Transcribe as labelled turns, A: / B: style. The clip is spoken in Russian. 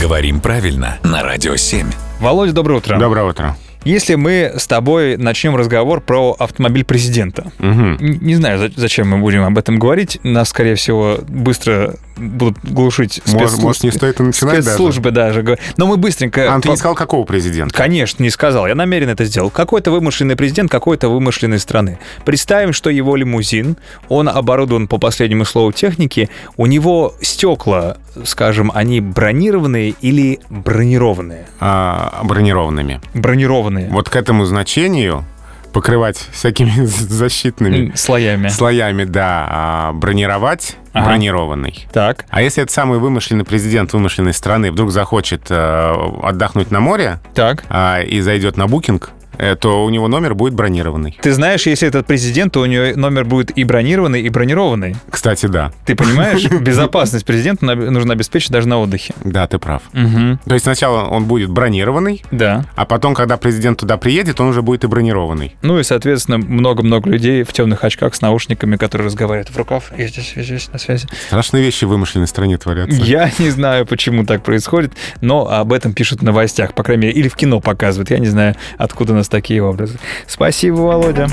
A: Говорим правильно на Радио 7.
B: Володя, доброе утро.
C: Доброе утро.
B: Если мы с тобой начнем разговор про автомобиль президента,
C: Мгм.
B: Н- не знаю, за- зачем мы будем об этом говорить, нас, скорее всего, быстро будут глушить
C: Может,
B: спецслужбы.
C: может, не стоит и начинать даже.
B: спецслужбы даже. говор- Но мы быстренько...
C: Антон
B: ты-
C: сказал, какого президента?
B: Конечно, не сказал. Я намеренно это сделал. Какой-то вымышленный президент какой-то вымышленной страны. Представим, что его лимузин, он оборудован по последнему слову техники, у него стекла, скажем, они бронированные или бронированные?
C: А, бронированными.
B: Бронированные.
C: Вот к этому значению покрывать всякими защитными
B: М, Слоями.
C: слоями, да, а бронировать
B: Ага.
C: бронированный.
B: Так.
C: А если этот самый вымышленный президент вымышленной страны вдруг захочет э, отдохнуть на море
B: Так.
C: а, и зайдет на букинг, э, то у него номер будет бронированный.
B: Ты знаешь, если этот президент, то у него номер будет и бронированный, и бронированный.
C: Кстати, да.
B: Ты понимаешь, безопасность президента наб- нужно обеспечить даже на отдыхе.
C: Да, ты прав.
B: Угу.
C: То есть сначала он будет бронированный,
B: Да.
C: а потом, когда президент туда приедет, он уже будет и бронированный.
B: Ну и, соответственно, много-много людей в темных очках с наушниками, которые разговаривают в руках. Я здесь, я здесь, на связи.
C: Страшные вещи в вымышленной стране творятся.
B: Я не знаю, почему так происходит, но об этом пишут в новостях, по крайней мере, или в кино показывают. Я не знаю, откуда у нас такие образы. Спасибо, Володя.